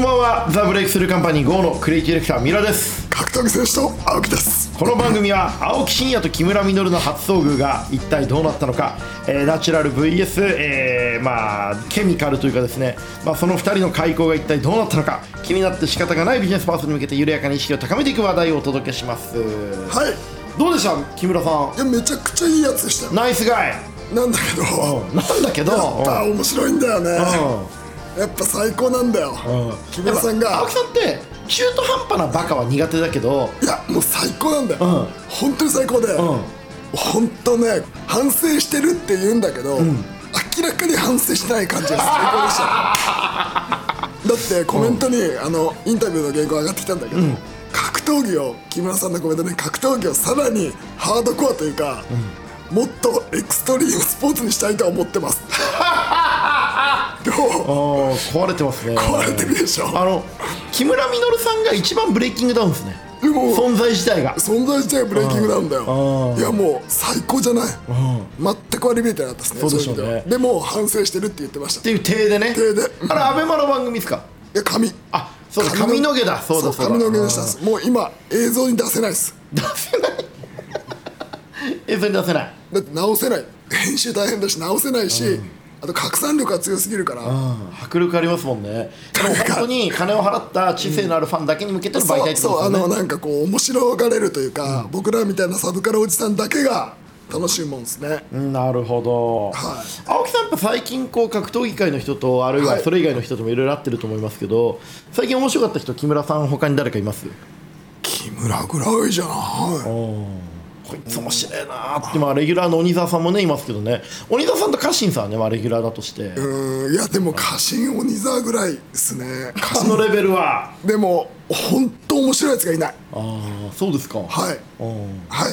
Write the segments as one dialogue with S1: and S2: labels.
S1: ばんはザ・ブレイクスルーカンパニー GO のクリエイティブディレクター三浦です
S2: 格闘技選手と青木です
S1: この番組は青木真也と木村稔の初遭遇が一体どうなったのか、えーナチュラル VS、えーまあ、ケミカルというかですね、まあ、その2人の開口が一体どうなったのか気になって仕方がないビジネスパーソンに向けて緩やかに意識を高めていく話題をお届けします
S2: はいい
S1: どうでした木村さ
S2: やめちゃくちゃいいやつでした
S1: ん
S2: よ
S1: ナイスガイ
S2: なんだけどや
S1: なんだけど
S2: っぱ面白いんだよねやっぱ最高なんだよ
S1: うん
S2: 木村さ
S1: や
S2: ん
S1: っぱ
S2: が
S1: 青木さんって中途半端なバカは苦手だけど
S2: いやもう最高なんだよ
S1: うん
S2: 本当に最高で
S1: ん
S2: 本当ね反省してるって言うんだけど明らかに反省してない感じが最高でしたよだってコメントにあのインタビューの原稿上がってきたんだけど格闘技を木村さんのコメントで格闘技をさらにハードコアというかもっとエクストリームスポーツにしたいとは思って ますで
S1: あ
S2: も
S1: ー壊れてますね
S2: 壊れてるでしょ
S1: あの木村稔さんが一番ブレイキングダウンですね
S2: でも
S1: 存在自体が
S2: 存在自体ブレイキングなんだ
S1: うんう
S2: よ
S1: ん
S2: いやもう最高じゃない全く割り見えてなかったですね
S1: そうでしょうね
S2: い意味ではでも反省してるって言ってまし
S1: ったていう体でね
S2: 体で
S1: あれアベマの番組ですか
S2: いや髪
S1: あそうだ髪の毛だそうだそうだ
S2: 髪の毛でしたもう今映像に出せないです
S1: 映像に出せない
S2: だって直せない編集大変だし直せないしあと拡散力が強すぎるから
S1: 迫力ありますもんねでも本当に金を払った知性のあるファンだけに向けての媒
S2: そ
S1: 体
S2: う
S1: ってこ
S2: そうあ
S1: とですよ
S2: の
S1: ね
S2: なんかこう面白がれるというか僕らみたいなサブカルおじさんだけが楽しいもんですね
S1: うんなるほど、
S2: はい
S1: 青木さんやっぱ最近こう格闘技界の人とあるいは
S2: はい
S1: それ以外の人ともいろいろ会ってると思いますけど、最近面白かった人木村さん他に誰かいます
S2: 木村ぐらいじゃない
S1: こいつ面白いなーって、まあ、レギュラーの鬼沢さんもねいますけどね鬼沢さんと家臣さんはね、まあ、レギュラーだとして、
S2: うんいやでも家臣鬼沢ぐらいですね家
S1: あ
S2: 臣
S1: のレベルは
S2: でも本当面白いやつがいない
S1: ああそうですか
S2: はい
S1: うん
S2: はい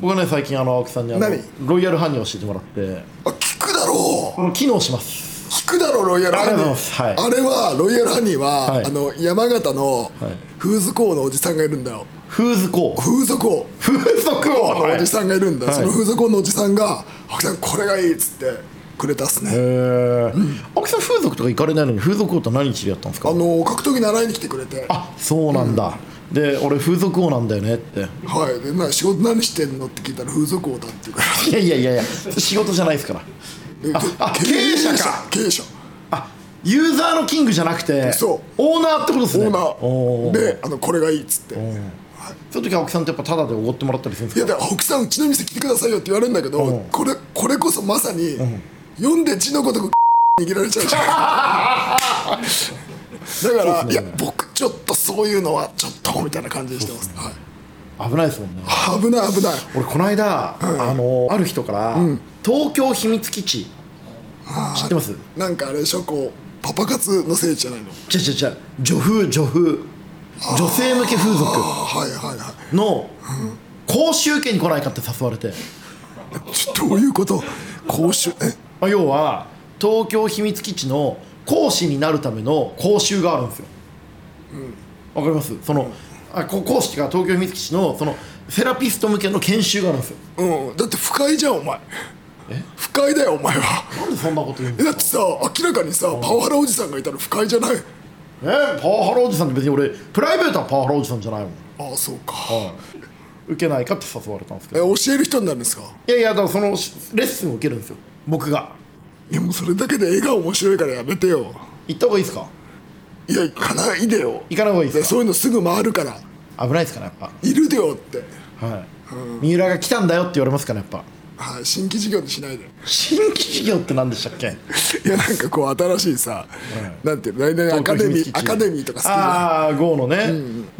S1: 僕はね最近あの青木さんにあの
S2: 何
S1: ロイヤルハニーを教えてもらって
S2: あ聞くだろう
S1: この機能します
S2: 聞くだろうロイヤルハニ
S1: ありがとうございます
S2: ー
S1: はい
S2: あれはロイヤルハニーは、
S1: はい
S2: あの山形の風俗王のおじさんがいるんだよ
S1: フーズコー
S2: 風俗王
S1: 風俗王
S2: のおじ
S1: へ
S2: さんがいるんだよ、
S1: はい
S2: その風俗王のおじさんが「青木さんこれがいい」っつってくれたっすね
S1: え青木さん風俗とか行かれないのに風俗王と何知り合ったんです
S2: あ
S1: か
S2: の格闘技習いに来てくれては
S1: あそうなんだ、で俺風俗王なんだよねって
S2: いでな仕事何してんのって聞いたら風俗王だっていうから
S1: いやいやいやいや仕事じゃないですからああ
S2: で
S1: 経営者か
S2: 経営者
S1: あユーザーのキングじゃなくて
S2: そう
S1: オーナーってことです
S2: オ
S1: ね
S2: ーナ
S1: おー
S2: ーであのこれがいいっつって
S1: その時青木さんってやっぱタダでおごってもらったりするんで
S2: い
S1: す
S2: や
S1: か
S2: だから北さんうちの店来てくださいよって言われるんだけど、
S1: うん
S2: これこれこそまさに、読んで字のごとく 握られちゃう じゃ
S1: そう
S2: んだから、い
S1: です
S2: や
S1: ね
S2: 僕ちょっとそういうのはちょっとみたいな感じにしてます
S1: 危ないですもんね
S2: はい、危ない危ない
S1: 俺この間、あのある人から、東京秘密基地知ってます
S2: なんかあれでしょこうパパ活の聖地じゃないの
S1: じゃじゃじゃ女風女風女性向け風俗
S2: あはいはいは
S1: の講習家に来ないかって誘われて
S2: いちょどういうこと講習え
S1: まあ、要は東京秘密基地の講師になるための講習があるんですよわ、かりますそのあこ講師っていうか東京秘密基地のそのセラピスト向けの研修があるんですよ
S2: うんだって不快じゃんお前不快だよお前は
S1: なんでそんなこと言うんで
S2: えだ
S1: す
S2: って
S1: か
S2: さ明らかにさパワハラおじさんがいたら不快じゃない
S1: えパワハラおじさんって別に俺プライベートはパワハラおじさんじゃないもん
S2: ああそうか、
S1: 受けないかって誘われたんですけ
S2: え
S1: ど
S2: 教える人になるんですか
S1: いやいやだからそのしレッスンを受けるんですよ僕が
S2: いやもうそれだけで絵が面白いからやめてよ
S1: 行った方がいいですか
S2: いや行かないでよ
S1: 行かない方がいいで
S2: ですそういうのすぐ回るから
S1: か危ないですかねやっ
S2: いるでよって、
S1: ぱはい、三浦が来たんだよって言われますかねやっぱ
S2: はい、新規事業にしないで
S1: 新規事業って何でしたっけ
S2: いやなんかこう新しいさ、なんていうの来年アカデミーアカデミーとか好きじゃ
S1: ああー GO のね、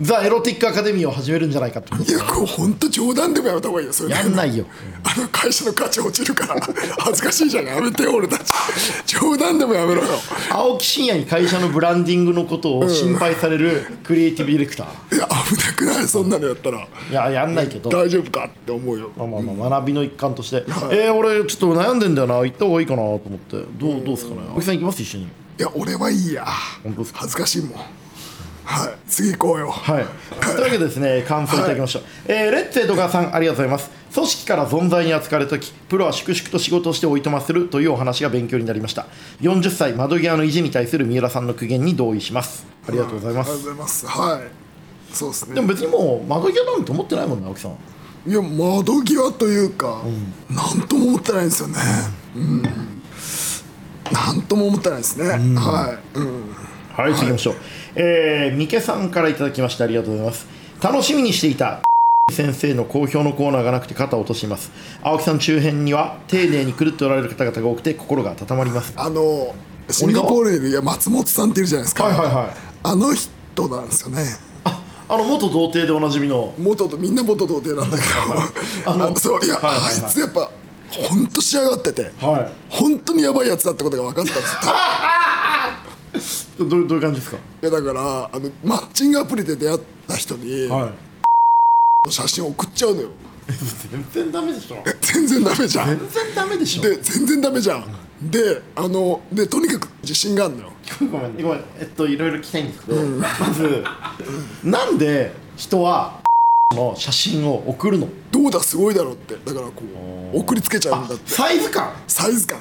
S1: ザ・エロティックアカデミーを始めるんじゃないかってこと
S2: ないいやこう本当冗談でもやめた方がいいよそれ
S1: やんないよ
S2: あの会社の価値落ちるから恥ずかしいじゃんやめてよ俺たち冗談でもやめろよ
S1: 青木真也に会社のブランディングのことを心配されるクリエイティブディレクター、
S2: いや危なくないそんなのやったら
S1: いややんないけど、
S2: 大丈夫かって思うよ
S1: まあまあまあ学びの一環として、えー、俺ちょっと悩んでんだよな行った方がいいかなと思ってどうどうですかね青木さん行きます一緒に
S2: いや俺はいいや
S1: 本当ですか
S2: 恥ずかしいもんはい次行こうよ
S1: はい、というわけでですね感想いただきました、えーレッツエドガーさんありがとうございます組織から存在に扱われた時プロは粛々と仕事をしておいとまするというお話が勉強になりました40歳窓際の維持に対する三浦さんの苦言に同意しますありがとうございま
S2: あり
S1: す
S2: がとうございますはいそうですね
S1: でも別にもう窓際なんて思ってないもんな青木さん
S2: いや窓際というか、なんとも思ってないんですよねうん、なんとも思ってないですね、はい、うん、
S1: はい、次行きましょう。えー、三毛さんからいただきましてありがとうございます。楽しみにしていた先生の好評のコーナーがなくて肩を落としています。青木さん周辺には丁寧に狂っておられる方々が多くて心が温まります。
S2: あのシンガポールにいる松本さんっているじゃないですか、
S1: はいはいはい
S2: あの人なんですよね
S1: あ、あの元童貞でおなじみの。
S2: 元とみんな元童貞なんだけど
S1: あ
S2: あ
S1: の
S2: のそういや、
S1: はいはいはい
S2: あいつやっぱほんと仕上がってて、
S1: は
S2: 本当にやばいやつだってことが分かったんですよ
S1: い。どどういう感じですか。
S2: いやだからあのマッチングアプリで出会った人に、
S1: はい。
S2: 写真送っちゃうのよ
S1: 全然ダメでしょ。
S2: 全然ダメじゃん
S1: 全然ダメでしょ。
S2: で全然ダメじゃんであのでとにかく自信があるのよ
S1: ごめん、ごめん、えっと、いろいろ聞きたいんですけど、まず。なんで人は。の写真を送るの。
S2: どうだすごいだろうってだからこう送りつけちゃうんだって
S1: サイズ感。
S2: サイズ感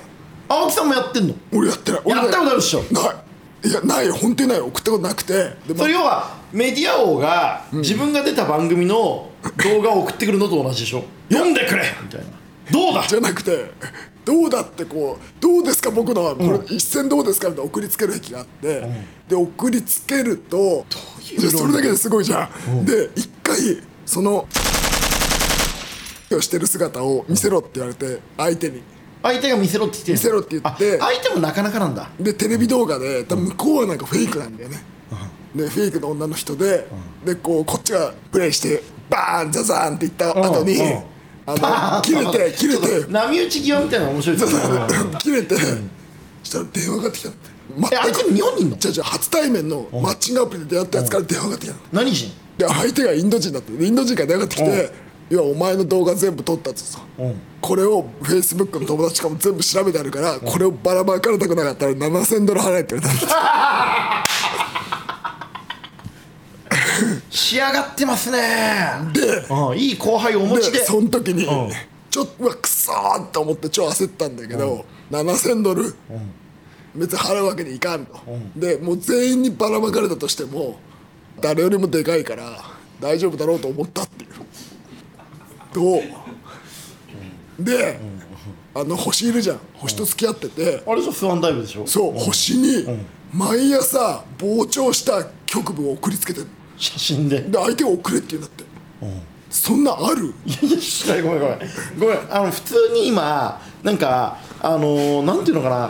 S1: 青木さんもやってんの。
S2: 俺やってない俺
S1: やったことあ
S2: な
S1: るでしょ
S2: いいやない本当にない送ったことなくてで、ま
S1: それ要はメディア王が自分が出た番組の動画を送ってくるのと同じでしょ読んでくれみたいなどうだ
S2: じゃなくてどうだってこうどうですか僕のはこれ一線どうですかみたいな送りつける癖があって、で送りつけるとでそれだけですごいじゃん、で一回そのをしてる姿を見せろって言われて相手に
S1: 相手が見せろって言って見
S2: せろって言って
S1: 相手もなかなかなんだ
S2: でテレビ動画で多分向こうはなんかフェイクなんだよね、でフェイクの女の人で、でこうこっちがプレイしてバーンザザーンっていった後に、
S1: うんうん
S2: あの切れて切れて
S1: 波打ち際みたいなの面白いですよね
S2: 切れて、したら電話がかかってきたの
S1: え相手も日本にいんの
S2: じゃあじゃあ初対面のマッチングアプリで出会ったやつから電話がかかってきたの
S1: 何人
S2: で相手がインド人だってインド人から電話がかかってきて「いやお前の動画全部撮った」とさ、
S1: ん
S2: これをフェイスブックの友達とかも全部調べてあるから、これをばらまかれたくなかったら7000ドル払えって言われたんです
S1: 仕上がってますね
S2: で
S1: うんいい後輩をお持ちで
S2: でその時に、
S1: うん
S2: ちょっとうわくそーって思って超焦ったんだけど、7000ドル、別に払うわけにいかんと、でもう全員にばらまかれたとしても誰よりもでかいから大丈夫だろうと思ったっていうどうで、あの星いるじゃん星と付き合ってて、
S1: あれでしょスワンダイブでしょ
S2: そう星に毎朝膨張した局部を送りつけてる
S1: 写真で
S2: で相手が送れって言うんだって、そんなある
S1: いやいや知らないごめんごめんごめんあの普通に今なんかあのー、なんていうのかな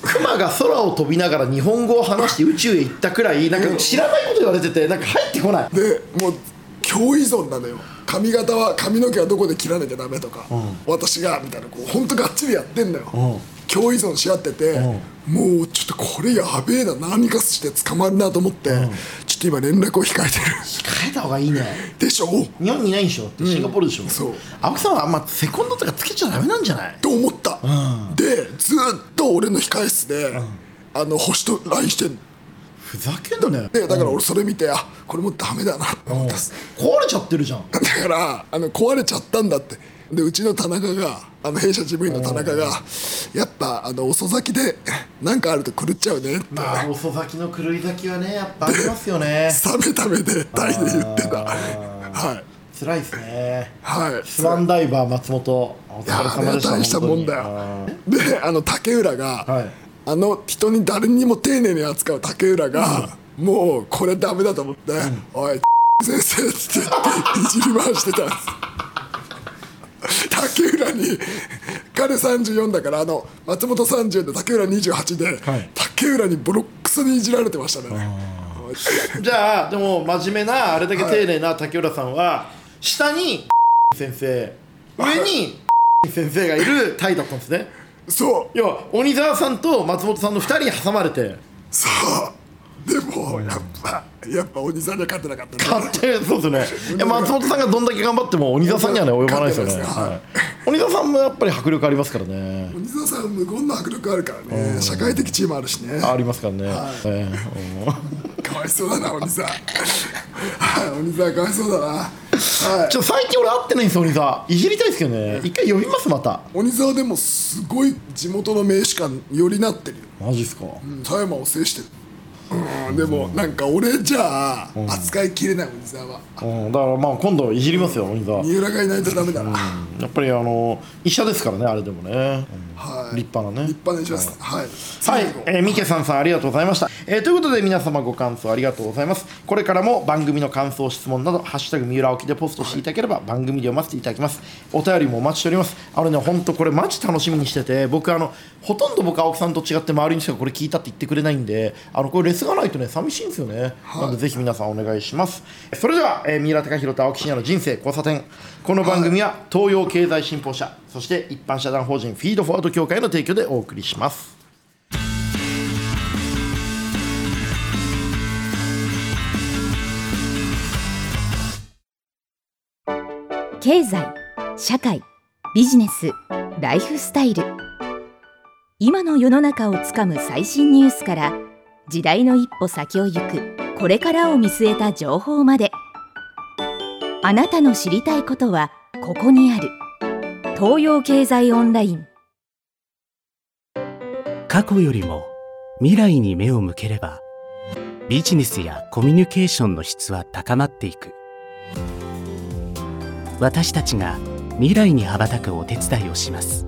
S1: クマが空を飛びながら日本語を話して宇宙へ行ったくらいなんか知らないこと言われててなんか入ってこない
S2: でもう強依存なのよ髪型は髪の毛はどこで切らなきゃダメとか、私がみたいなこう本当がっちりやってんだよ、強依存し合ってて、もうちょっとこれやべえな何かして捕まるなと思って、ちょっと今連絡を控えて
S1: 変えた方がいいね
S2: る でしょ
S1: 日本にいないんでしょだってシンガポールでしょ、
S2: そう
S1: 青木さんはあんまセコンドとかつけちゃダメなんじゃない
S2: と思った、でずーっと俺の控え室で、あの星と LINE してんの
S1: ふざけんなね
S2: でだから俺それ見て、あこれもうダメだなって思ったっす
S1: 壊れちゃってるじゃん
S2: だからあの壊れちゃったんだってでうちの田中があの弊社事務員の田中がやっぱあの遅咲きでなんかあると狂っちゃうねって
S1: まあ遅咲きの狂い咲きはねやっぱありますよ ね
S2: 冷めた目で大で言ってたはい
S1: 辛いですね
S2: はい
S1: スワンダイバー松本お
S2: いや
S1: 疲
S2: あ
S1: れ
S2: れ
S1: 様
S2: は
S1: でした
S2: 大したもんだよ
S1: 本当に
S2: であの竹浦が、
S1: はい
S2: あの人に誰にも丁寧に扱う竹浦が、もうこれダメだと思って「おい先生」っつって言っていじり回してたんです竹浦に彼34だからあの松本30で竹浦28で、
S1: はい
S2: 竹浦にボロックソにいじられてましたね
S1: じゃあでも真面目なあれだけ丁寧な竹浦さんは下に先生上に先生がいるタイだったんですね
S2: そう
S1: 要は鬼沢さんと松本さんの2人に挟まれて
S2: そうでもやっぱやっぱ鬼さんには勝てなかったね
S1: 勝手そうですよねいや松本さんがどんだけ頑張っても鬼沢さんにはね及ばないですよね、
S2: 勝
S1: は、
S2: てない
S1: 鬼沢さんもやっぱり迫力ありますからね
S2: 鬼沢さん無言の迫力あるからね社会的地位もあるしね
S1: ありますからね、ええうん
S2: かわいそうだな鬼沢はい鬼沢かわいそうだなはい
S1: ちょっと最近俺会ってないんですよ鬼沢いじりたいですけどね一回呼びますまた
S2: 鬼沢でもすごい地元の名士官よりなってるよ
S1: マジっすか
S2: 富山を制してるうんでもなんか俺じゃあ扱いきれない鬼沢は
S1: うん、だからまあ今度いじりますよ、鬼沢
S2: 三浦がいないとダメだな
S1: やっぱりあの医者ですからねあれでもね、うん
S2: はい
S1: 立派なね
S2: 立派な医者ですはい
S1: はい
S2: 最後、
S1: えー、ミケさんさんありがとうございました、えーということで皆様ご感想ありがとうございますこれからも番組の感想質問など「ハッシュタグ三浦沖」でポストしていただければ番組で読ませていただきますお便りもお待ちしておりますあのね本当これマジ楽しみにしてて僕あのほとんど僕青木さんと違って周りにしかこれ聞いたって言ってくれないんであのこれレスがないとね寂しいんですよね、なのでぜひ皆さんお願いしますそれでは、えー三浦貴大と青木真也の人生交差点この番組は東洋経済新報社そして一般社団法人フィードフォワード協会の提供でお送りします
S3: 経済社会ビジネスライフスタイル今の世の中をつかむ最新ニュースから時代の一歩先を行くこれからを見据えた情報まであなたの知りたいことはここにある東洋経済オンライン
S4: 過去よりも未来に目を向ければビジネスやコミュニケーションの質は高まっていく私たちが未来に羽ばたくお手伝いをします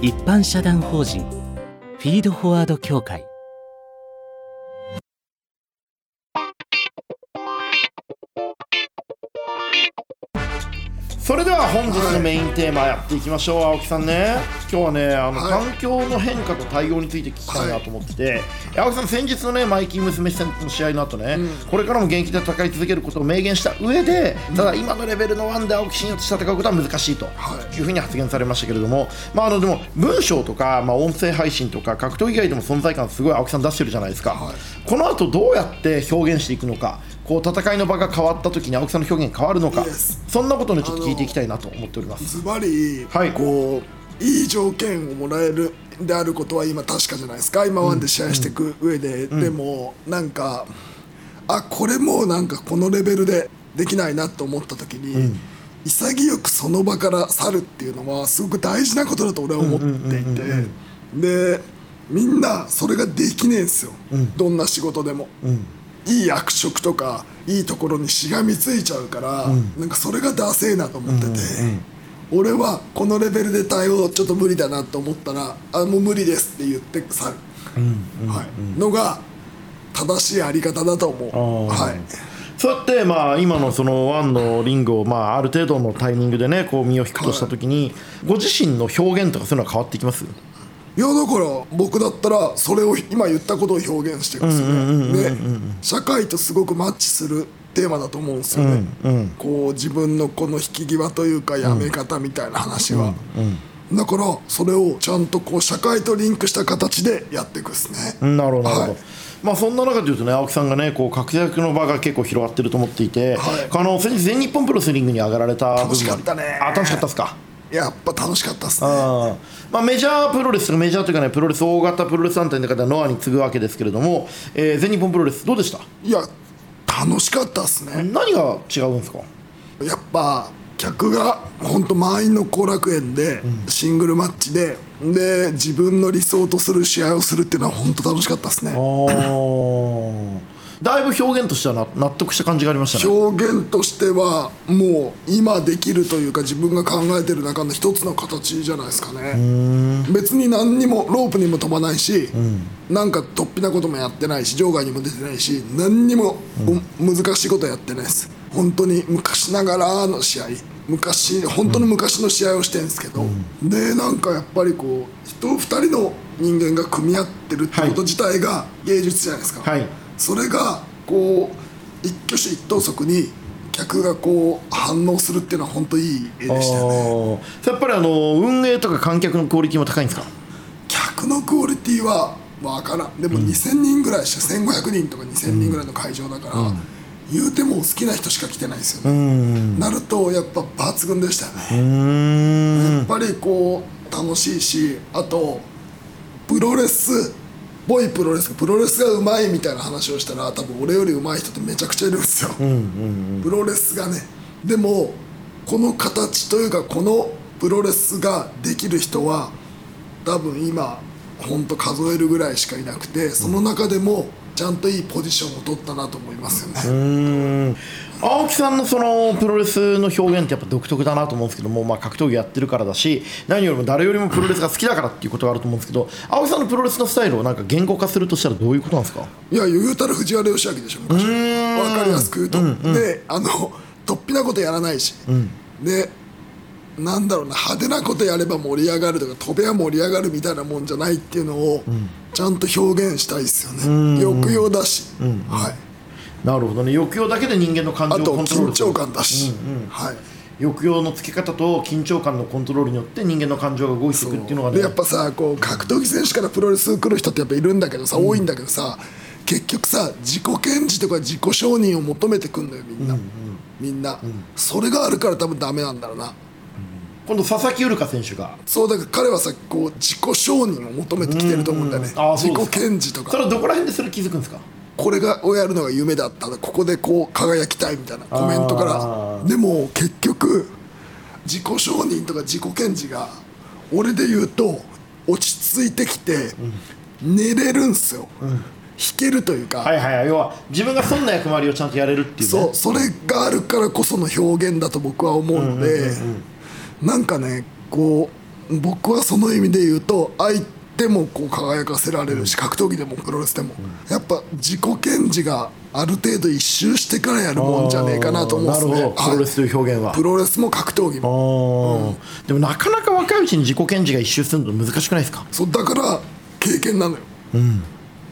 S4: 一般社団法人フィードフォワード協会
S1: それでは本日のメインテーマやっていきましょう、青木さんね今日はねあの、
S2: はい
S1: 環境の変化と対応について聞きたいなと思ってて、青木さん先日のねマイキー娘戦の試合の後ね、これからも元気で戦い続けることを明言した上でただ今のレベルの1で青木真也と戦うことは難しいと、
S2: はい
S1: いうふうに発言されましたけれどもまああのでも文章とか、まあ、音声配信とか格闘以外でも存在感すごい青木さん出してるじゃないですか、
S2: はい
S1: この後どうやって表現していくのかこう戦いの場が変わった時に青木さんの表現変わるのか
S2: いいです
S1: そんなことをねちょっと聞いていきたいなと思っております。
S2: ズバリ、
S1: はい
S2: こういい条件をもらえるであることは今確かじゃないですか今ワンで試合していく上で、でもなんかあこれもうなんかこのレベルでできないなと思った時に、潔くその場から去るっていうのはすごく大事なことだと俺は思っていてでみんなそれができねえんですよ、どんな仕事でも。いい役職とかいいところにしがみついちゃうから、なんかそれがダセえなと思ってて、俺はこのレベルで対応ちょっと無理だなと思ったら「あもう無理です」って言って去る、はい、のが正しいあり方だと思う、
S1: あー
S2: はい、
S1: そうやって、まあ、今のそのワンのリングを、まあ、ある程度のタイミングでねこう身を引くとした時にご自身の表現とかそういうのは変わってきます
S2: いやだから僕だったらそれを今言ったことを表現してるんですよね。で社会とすごくマッチするテーマだと思うんですよね。こう自分のこの引き際というかやめ方みたいな話は。だからそれをちゃんとこう社会とリンクした形でやっていくですね。
S1: なるほどなるほど、
S2: はい
S1: まあそんな中でいうとね青木さんがねこう活躍の場が結構広がってると思っていて、
S2: はい
S1: あの先日全日本プロレスリングに上がられた
S2: 楽しかったね
S1: あ楽しかったですか
S2: やっぱ楽しかったですね。
S1: あーまあ、メジャープロレスとかメジャーというかねプロレス大型プロレス団体の中ではノアに次ぐわけですけれども、えー全日本プロレスどうでした
S2: いや楽しかったですね。
S1: 何が違うんですか
S2: やっぱ客が本当満員の後楽園でシングルマッチで、で自分の理想とする試合をするっていうのは本当楽しかったですね
S1: だいぶ表現としてはな納得した感じがありましたね
S2: 表現としてはもう今できるというか自分が考えてる中の一つの形じゃないですかね別に何にもロープにも飛ばないし、なんか突飛なこともやってないし場外にも出てないし何にもお難しいことやってないです本当に昔ながらの試合昔本当の昔の試合をしてるんですけど、でなんかやっぱりこう人2人の人間が組み合ってるってこと自体が芸術じゃないですか、
S1: はい
S2: それがこう一挙手一投足に客がこう反応するっていうのは本当いい絵でしたよね
S1: あーやっぱりあの運営とか観客のクオリティも高いんですか
S2: 客のクオリティは分からんでも2000人ぐらいして1500人とか2000人ぐらいの会場だから、言うても好きな人しか来てないですよね、なるとやっぱ抜群でしたね、やっぱりこう楽しいしあとプロレスボイプロレスプロレスがうまいみたいな話をしたら多分俺よりうまい人ってめちゃくちゃいるんですよ、プロレスがねでもこの形というかこのプロレスができる人は多分今ほんと数えるぐらいしかいなくてその中でもちゃんといいポジションを取ったなと思いますよね、
S1: 青木さんのそのプロレスの表現ってやっぱ独特だなと思うんですけども、まあ、格闘技やってるからだし何よりも誰よりもプロレスが好きだからっていうことがあると思うんですけど青木さんのプロレスのスタイルをなんか言語化するとしたらどういうことなんですか
S2: いや言うたら藤原義明でしょ昔わかりやすく言うと、であの突飛なことやらないし、でなんだろうな派手なことやれば盛り上がるとか飛べば盛り上がるみたいなもんじゃないっていうのをちゃんと表現したいですよね、抑揚だし、はい、
S1: なるほどね抑揚だけで人間の感
S2: あ
S1: 情を
S2: と
S1: コントロー
S2: 緊
S1: ルする
S2: 張感だし、はい
S1: 抑揚のつけ方と緊張感のコントロールによって人間の感情が動いていくっていうのがね
S2: でやっぱさこう格闘技選手からプロレス来る人ってやっぱいるんだけどさ、多いんだけどさ結局さ自己検事とか自己承認を求めてくんのよみんな、みんな、それがあるから多分ダメなんだろうな
S1: 今度佐々木優香選手が
S2: そうだから彼はさこう自己承認を求めてきてると思うんだよね、
S1: うんあーそう
S2: 自
S1: ですか
S2: 己検事と
S1: それ
S2: か
S1: はどこら辺でそれ気づくんですか
S2: これがをやるのが夢だったここでこう輝きたいみたいなコメントか
S1: あ
S2: らでも結局自己承認とか自己検事が俺で言うと落ち着いてきて、寝れるんすよ、弾けるというか、
S1: はいはいはい要は自分がそんな役回りをちゃんとやれるっていうね
S2: そうそれがあるからこその表現だと僕は思うので、なんかねこう僕はその意味で言うと相手もこう輝かせられるし格闘技でもプロレスでも、やっぱ自己検事がある程度一周してからやるもんじゃねえかなと思うんですね
S1: なるほどプロレスという表現は
S2: プロレスも格闘技も
S1: あーでもなかなか若いうちに自己検事が一周するの難しくないですか
S2: そうだから経験なのよ、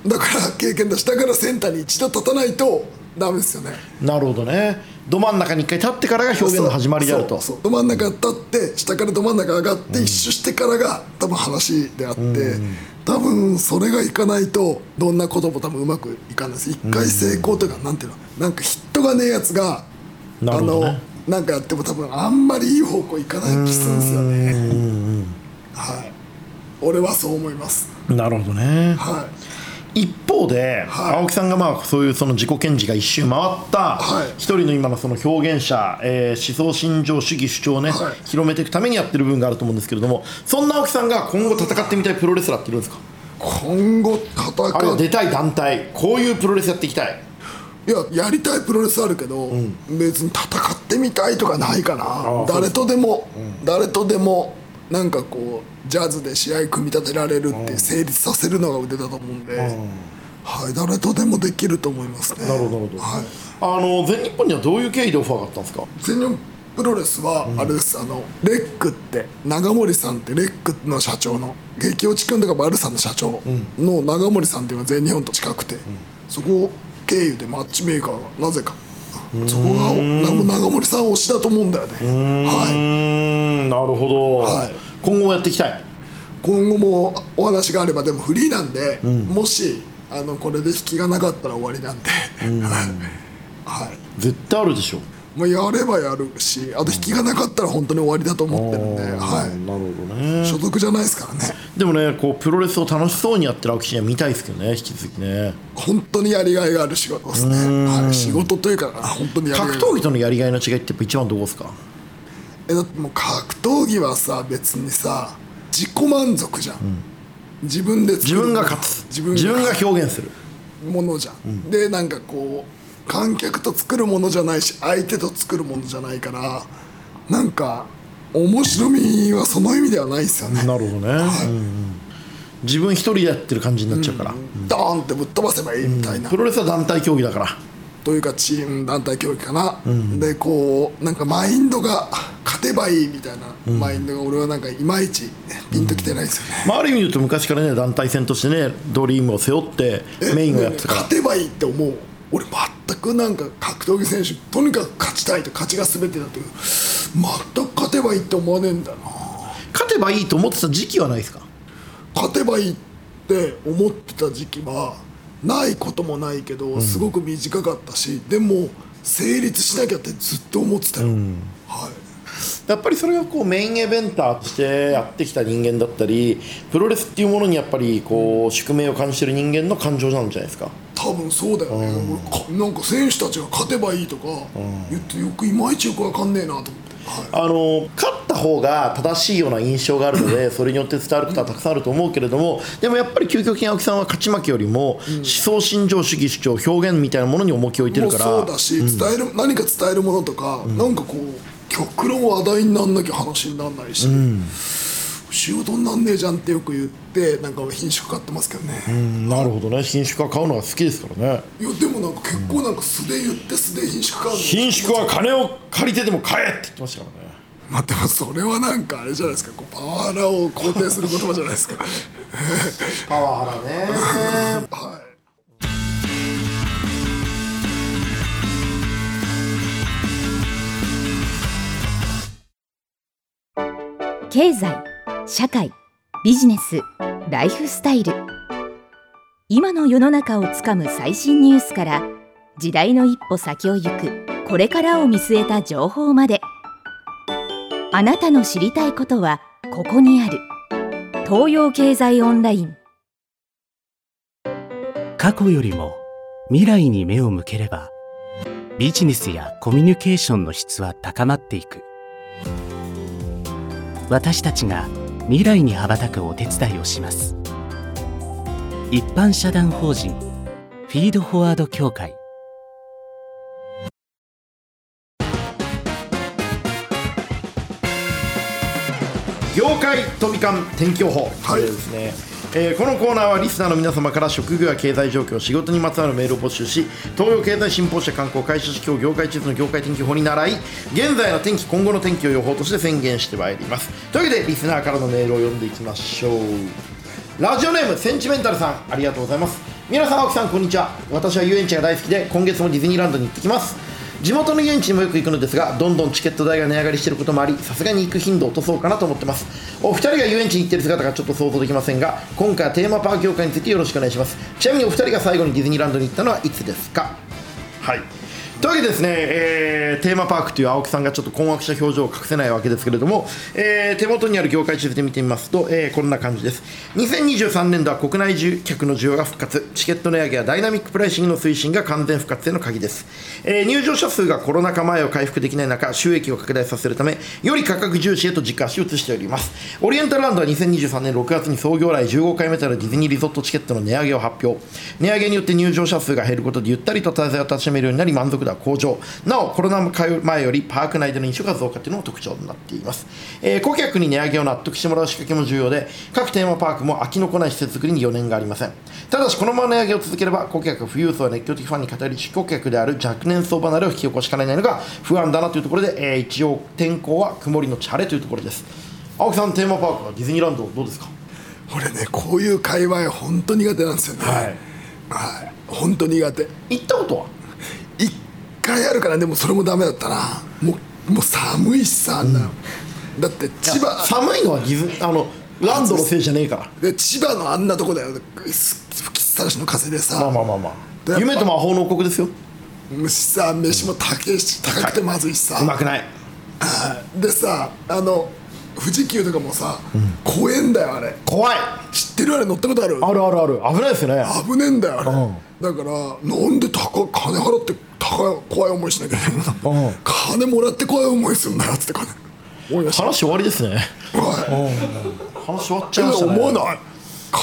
S2: だから経験だしだからセンターに一度立たないとダメですよね
S1: なるほどねど真ん中に一回立ってからが表現の始まりであると
S2: そうそうど真ん中立って下からど真ん中上がって一周してからが多分話であって、多分それがいかないとどんなことも多分うまくいかないです一回成功というか、なんていうのなんかヒットがねえやつが、
S1: なるほどね
S2: あのなんかやっても多分あんまりいい方向いかない気するんですよね、はい俺はそう思います
S1: なるほどね
S2: はい
S1: 一方で、
S2: はい
S1: 青木さんがまあそういうその自己検事が一周回った
S2: はい
S1: 一人の今のその表現者、えー思想信条主義主張をね、
S2: はい
S1: 広めていくためにやってる部分があると思うんですけれどもそんな青木さんが今後戦ってみたいプロレスラーっているんですか
S2: 今後戦
S1: あるいは
S2: う
S1: 出たい団体こういうプロレスやっていきたい
S2: いややりたいプロレスあるけど、別に戦ってみたいとかないかな誰とでも、誰とでもなんかこうジャズで試合組み立てられるって成立させるのが腕だと思うんで、はい、誰とでもできると思いますね
S1: なるほどなるほど
S2: はい、
S1: あの全日本にはどういう経緯でオファーがあったんですか
S2: 全日本プロレスはあれです、あのレックって長森さんってレックの社長の激落ち君とかバルさんの社長の長森さんっていうのが全日本と近くて、そこを経由でマッチメーカーがなぜかそこがなんか長森さん推しだと思うんだよね
S1: う
S2: は
S1: ーんなるほど、
S2: はい
S1: 今後もやっていきたい
S2: い今後もお話があればでもフリーなんで、もしあのこれで引きがなかったら終わりなんで、 はい
S1: 絶対あるでしょ
S2: まあ、やればやるしあと引きがなかったら本当に終わりだと思ってるんで、はい、
S1: なるほどね
S2: 所属じゃないですからね
S1: でもねこうプロレスを楽しそうにやってる青木氏には見たいですけどね引き続きね
S2: 本当にやりがいがある仕事ですね、はい、仕事というかあ本当にやりがい
S1: 格闘技とのやりがいの違いってやっぱ一番どこですか
S2: えだってもう格闘技はさ別にさ自己満足じゃん、自分で作
S1: 自
S2: る
S1: 分が勝つ
S2: 自分
S1: 自
S2: が
S1: 分が
S2: 勝
S1: 表現する
S2: つものじゃん、でなんかこう観客と作るものじゃないし相手と作るものじゃないからなんか面白みはその意味ではないですよね、
S1: なるほどね、うんうん自分一人でやってる感じになっちゃうから、
S2: ドーンってぶっ飛ばせばいいみたいな、
S1: プロレスは団体競技だから
S2: というかチーム団体競技かな、でこうなんかマインドが勝てばいいみたいな、マインドが俺はなんかいまいちピンときてないですよね、
S1: まあ、ある意味で言うと昔からね団体戦としてねドリームを背負ってメインをやってたから
S2: 勝てばいいって思う俺全くなんか格闘技選手とにかく勝ちたいと勝ちが全てだという全く勝てばいいって思わねえんだな
S1: 勝てばいいと思ってた時期はないですか
S2: 勝てばいいって思ってた時期はないこともないけど、すごく短かったしでも成立しなきゃってずっと思ってたよ、はい
S1: やっぱりそれがこうメインイベンターとしてやってきた人間だったりプロレスっていうものにやっぱりこう宿命を感じてる人間の感情なんじゃないですか
S2: 多分そうだよね、俺かなんか選手たちが勝てばいいとか言ってよくいまいちよくわかんねえなと思って、はい
S1: あの勝った方が正しいような印象があるの でそれによって伝わることはたくさんあると思うけれどもでもやっぱり究極に青木さんは勝ち負けよりも思想信条主義主張表現みたいなものに重きを置いて
S2: も
S1: る
S2: う
S1: から
S2: そうだし、伝える何か伝えるものとか、なんかこう極論話題になんなきゃ話にならないし、仕事になんねえじゃんってよく言ってなんか俺品種買ってますけどね、
S1: うんなるほどね新種化買うのが好きですからね
S2: いやでもなんか結構なんか素で言って素で品種買うの
S1: 新種は金を借りてでも買えって言ってましたからね
S2: 待ってますそれはなんかあれじゃないですかこうパワハラを肯定する言葉じゃないですか
S1: パワハラね
S2: はい
S3: 経済社会ビジネスライフスタイル今の世の中をつかむ最新ニュースから時代の一歩先を行くこれからを見据えた情報まであなたの知りたいことはここにある東洋経済オンライン
S4: 過去よりも未来に目を向ければビジネスやコミュニケーションの質は高まっていく私たちが未来に羽ばたくお手伝いをします一般社団法人フィードフォワード協会
S1: 業界飛び交う天気予報
S2: は
S1: と
S2: い
S1: いうことでですね、えーこのコーナーはリスナーの皆様から職業や経済状況仕事にまつわるメールを募集し東洋経済新報社観光会社指標業界地図の業界天気予報に習い現在の天気今後の天気を予報として宣言してまいりますというわけでリスナーからのメールを読んでいきましょうラジオネームセンチメンタルさんありがとうございます皆さん青木さんこんにちは私は遊園地が大好きで今月もディズニーランドに行ってきます地元の遊園地にもよく行くのですがどんどんチケット代が値上がりしていることもありさすがに行く頻度を落とそうかなと思ってますお二人が遊園地に行っている姿がちょっと想像できませんが今回はテーマパーク業界についてよろしくお願いしますちなみにお二人が最後にディズニーランドに行ったのはいつですかはいというわけでですね、えーテーマパークという青木さんがちょっと困惑した表情を隠せないわけですけれども、えー手元にある業界地図で見てみますと、えーこんな感じです2023年度は国内住客の需要が復活チケット値上げやダイナミックプライシングの推進が完全復活への鍵です、えー入場者数がコロナ禍前を回復できない中収益を拡大させるためより価格重視へと軸足を移しておりますオリエンタルランドは2023年6月に創業来15回目となるディズニーリゾットチケットの値上げを発表値上げによって入場者数が減ることでゆったりと滞在を楽しめるようになり満足度は向上なおコロナ禍前よりパーク内での飲食が増加というのも特徴となっています、えー顧客に値上げを納得してもらう仕掛けも重要で各テーマパークも飽きのこない施設作りに余念がありませんただしこのまま値上げを続ければ顧客富裕層や熱狂的ファンに偏り主顧客である若年層離れを引き起こしかねないのが不安だなというところで、えー一応天候は曇りのち晴れというところです青木さんテーマパークはディズニーランドどうですか
S2: 俺ねこういう界隈本当苦手なんですよね
S1: はい
S2: はい本当苦手
S1: 行ったことは
S2: 一回あるからでもそれもダメだったなもうもう寒いしさあんなの、だって千葉
S1: 寒いのはディズあのランドのせいじゃねえから
S2: で千葉のあんなとこだよす吹きさらしの風でさ、
S1: まあまあまあま
S2: で
S1: あ夢と魔法の王国ですよ
S2: 虫さ飯も高いし高くてまずいしさ、
S1: うまくない
S2: でさあの富士急とかもさ、怖えんだよあれ
S1: 怖い
S2: 知ってるあれ乗ったことある
S1: あるあるある危ないですよね
S2: 危ねえんだよあれ、だからなんで高い金払って高い怖い思いしなきゃいけないの、
S1: うん
S2: 金もらって怖い思いするんだよっつって金思い出した
S1: 話終わりですね
S2: おい
S1: 話終わっちゃいましたね
S2: 思わない
S1: まあ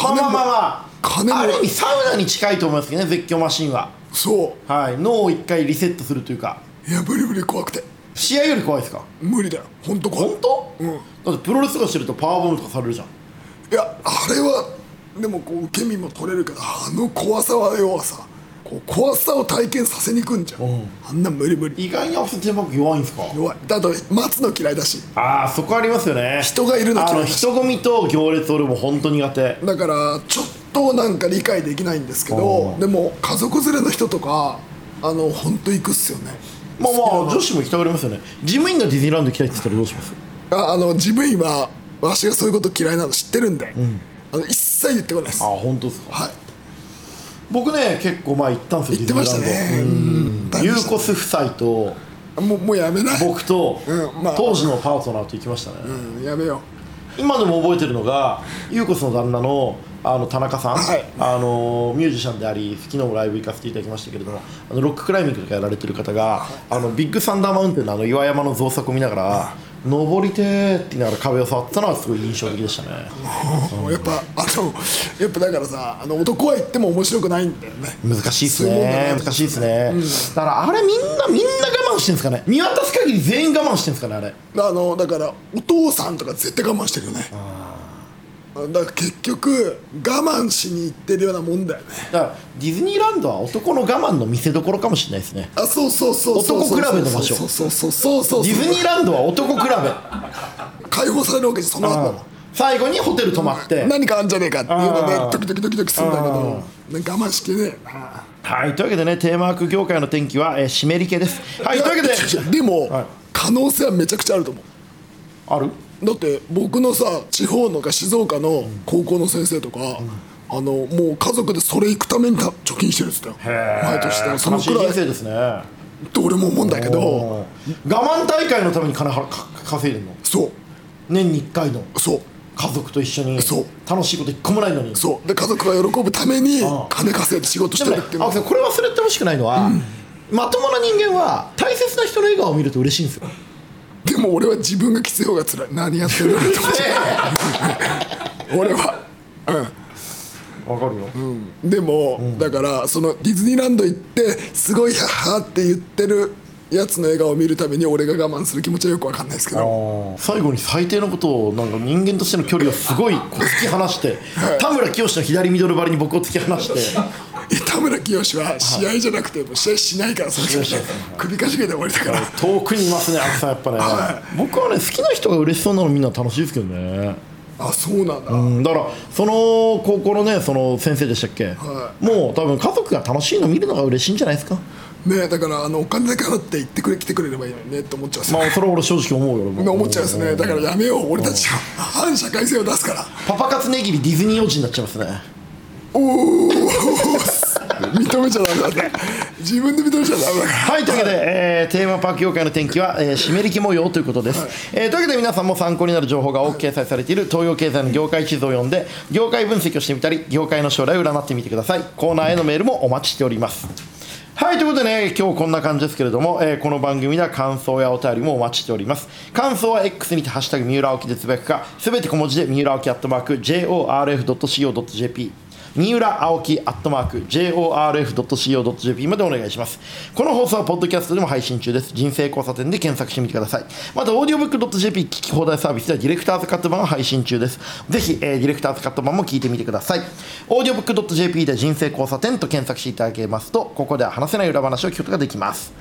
S2: 金
S1: ま
S2: も
S1: あまあまあ
S2: 金も
S1: ある意味サウナに近いと思いますけどね絶叫マシンは
S2: そ
S1: はい脳を一回リセットするというか
S2: ういやブリブリ怖くて
S1: 試合より怖いですか
S2: 無理だよ本当怖い
S1: 本当、
S2: うん
S1: だってプロレスとかしてるとパワーボムとかされるじゃん
S2: いやあれはでもこう受け身も取れるけどあの怖さは要はさこう怖さを体験させに行くんじゃん、あんな無理無理
S1: 意外にアクセンテンパーク弱いんですか
S2: 弱いだと待つの嫌いだし
S1: ああそこありますよね
S2: 人がいるの
S1: あ
S2: 嫌い
S1: の
S2: だし
S1: 人混みと行列俺も本当苦手
S2: だからちょっとなんか理解できないんですけどでも家族連れの人とかあの本当行くっすよね
S1: まあまあ女子も行きたがりますよね事務員がディズニーランド行きたいって言ったらどうします
S2: ああの事務員はわしがそういうこと嫌いなの知ってるんで、あの一切言ってこないです
S1: ああ
S2: は
S1: 本当ですか
S2: い
S1: 僕ね結構前行ったんですよ
S2: 言ってました
S1: ディズニーランドう
S2: ね
S1: んユーコス夫妻と
S2: もうもうやめない
S1: 僕と、
S2: うんまあ
S1: 当時のパートナーと行きましたね、
S2: うんやめよ
S1: 今でも覚えてるのがユーコスの旦那のあの田中さん、
S2: はい
S1: あのミュージシャンであり昨日もライブ行かせていただきましたけれどもあのロッククライミングとかやられてる方があのビッグサンダーマウンテンのあの岩山の造作を見ながら「登りてー」って言いながら壁を触ってたのはすごい印象的でしたね
S2: うもうやっぱあのやっぱだからさあの男は言っても面白くないんだよね
S1: 難しいっす
S2: そうなん
S1: ね
S2: です
S1: 難しいっすね、だからあれみんなみんな我慢してんすかね見渡す限り全員我慢してんすかねあれ
S2: あのだからお父さんとか絶対我慢してるよねだから結局我慢しに行ってるようなもんだよね
S1: だからディズニーランドは男の我慢の見せどころかもしれないですね
S2: あそうそうそうそう
S1: 男比べの場所
S2: そうそうそうそうそうそう
S1: ディズニーランドは男比べ
S2: 解放されるわけじゃその後も
S1: 最後にホテル泊まって
S2: 何かあんじゃねえかっていうので
S1: あー
S2: ドキドキドキドキするんだけどね我慢しきれねえな
S1: はいというわけでねテーマワーク業界の天気は、えー、湿り気ですはいというわけで
S2: やでも、
S1: はい
S2: 可能性はめちゃくちゃあると思う
S1: ある
S2: だって僕のさ地方のか静岡の高校の先生とか、あのもう家族でそれ行くためにた貯金してるっつったよ毎年だからその
S1: 悲しい
S2: くらい
S1: 人
S2: っ
S1: 生ですね我
S2: て俺も思うんだけど
S1: 慢大会のために金はか稼いでんの
S2: そ
S1: 年に1回の
S2: うそう
S1: 家族と一緒に
S2: そう
S1: 楽しいこと一個もないのに
S2: そうで家族が喜ぶために金稼いで仕事し
S1: で
S2: て
S1: も
S2: る
S1: ね
S2: っていうの
S1: 青
S2: は
S1: 木さんこれ忘れてほしくないのは、まともな人間は大切な人の笑顔を見ると嬉しいんですよ
S2: でも俺は自分がきつい方が辛い何やってるのって思っちゃう 俺は
S1: わかるよ、
S2: でも、だからそのディズニーランド行ってすごいやはーって言ってるやつの笑顔を見るために俺が我慢する気持ちはよくわかんないですけど
S1: 最後に最低のことをなんか人間としての距離をすごいこう突き放して田村清の左ミドル張りに僕を突き放して
S2: 田村清は試合じゃなくてもう試合しないからその人首かしげで終わりだから
S1: 遠くにいますね青木さんやっぱね、僕はね好きな人が嬉しそうなのみんな楽しいですけどね
S2: あそうなんだ、
S1: うんだからその高校のねその先生でしたっけ、もう多分家族が楽しいの見るのが嬉しいんじゃないですか
S2: ねだからあのお金だけ払って行ってくれ来てくれればいいのにねって思っちゃうんですよ
S1: まあそれは俺正直思うよ俺も
S2: 思っちゃうんですねだからやめよう俺たちは反社会性を出すから
S1: パパ活値切りディズニー用地になっちゃいますね
S2: 認めちゃダメだね自分で認めちゃダメだから
S1: はいというわけで、えーテーマパーク業界の天気は、えー、湿り気模様ということです、えーというわけで皆さんも参考になる情報が多く掲載されている東洋経済の業界地図を読んで業界分析をしてみたり業界の将来を占ってみてくださいコーナーへのメールもお待ちしておりますはいということでね今日こんな感じですけれども、えーこの番組では感想やお便りもお待ちしております感想は X にて「ハッシュタグ三浦青木」でつぶやくかすべて小文字で三浦青木アットマーク JORF.CO.JP 三浦青木アットマーク JORF.CO.JP までお願いしますこの放送はポッドキャストでも配信中です人生交差点で検索してみてくださいまたオーディオブック .jp 聞き放題サービスではディレクターズカット版を配信中ですぜひ、えーディレクターズカット版も聞いてみてくださいオーディオブック .jp で人生交差点と検索していただけますとここでは話せない裏話を聞くことができます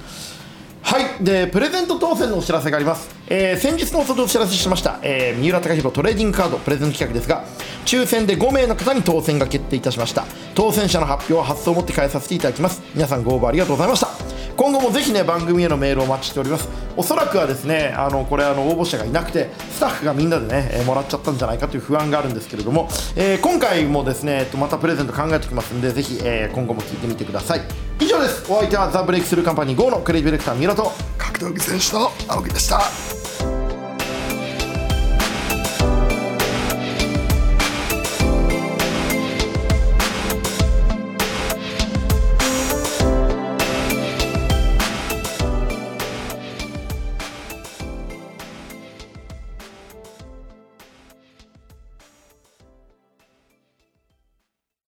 S1: はいでプレゼント当選のお知らせがあります、えー先日の放送でお知らせしました、えー三浦貴弘トレーディングカードプレゼント企画ですが抽選で5名の方に当選が決定いたしました当選者の発表は発送をもって返させていただきます皆さんご応募ありがとうございました今後もぜひね番組へのメールをお待ちしておりますおそらくはですねあのこれあの応募者がいなくてスタッフがみんなでね、えーもらっちゃったんじゃないかという不安があるんですけれども、えー今回もですねえっとまたプレゼント考えておきますんでぜひ、えー今後も聞いてみてください以上ですお相手はザ・ブレイクスルーカンパニー GO のクレイジーディレクター三浦と
S2: 格闘技選手の青木でした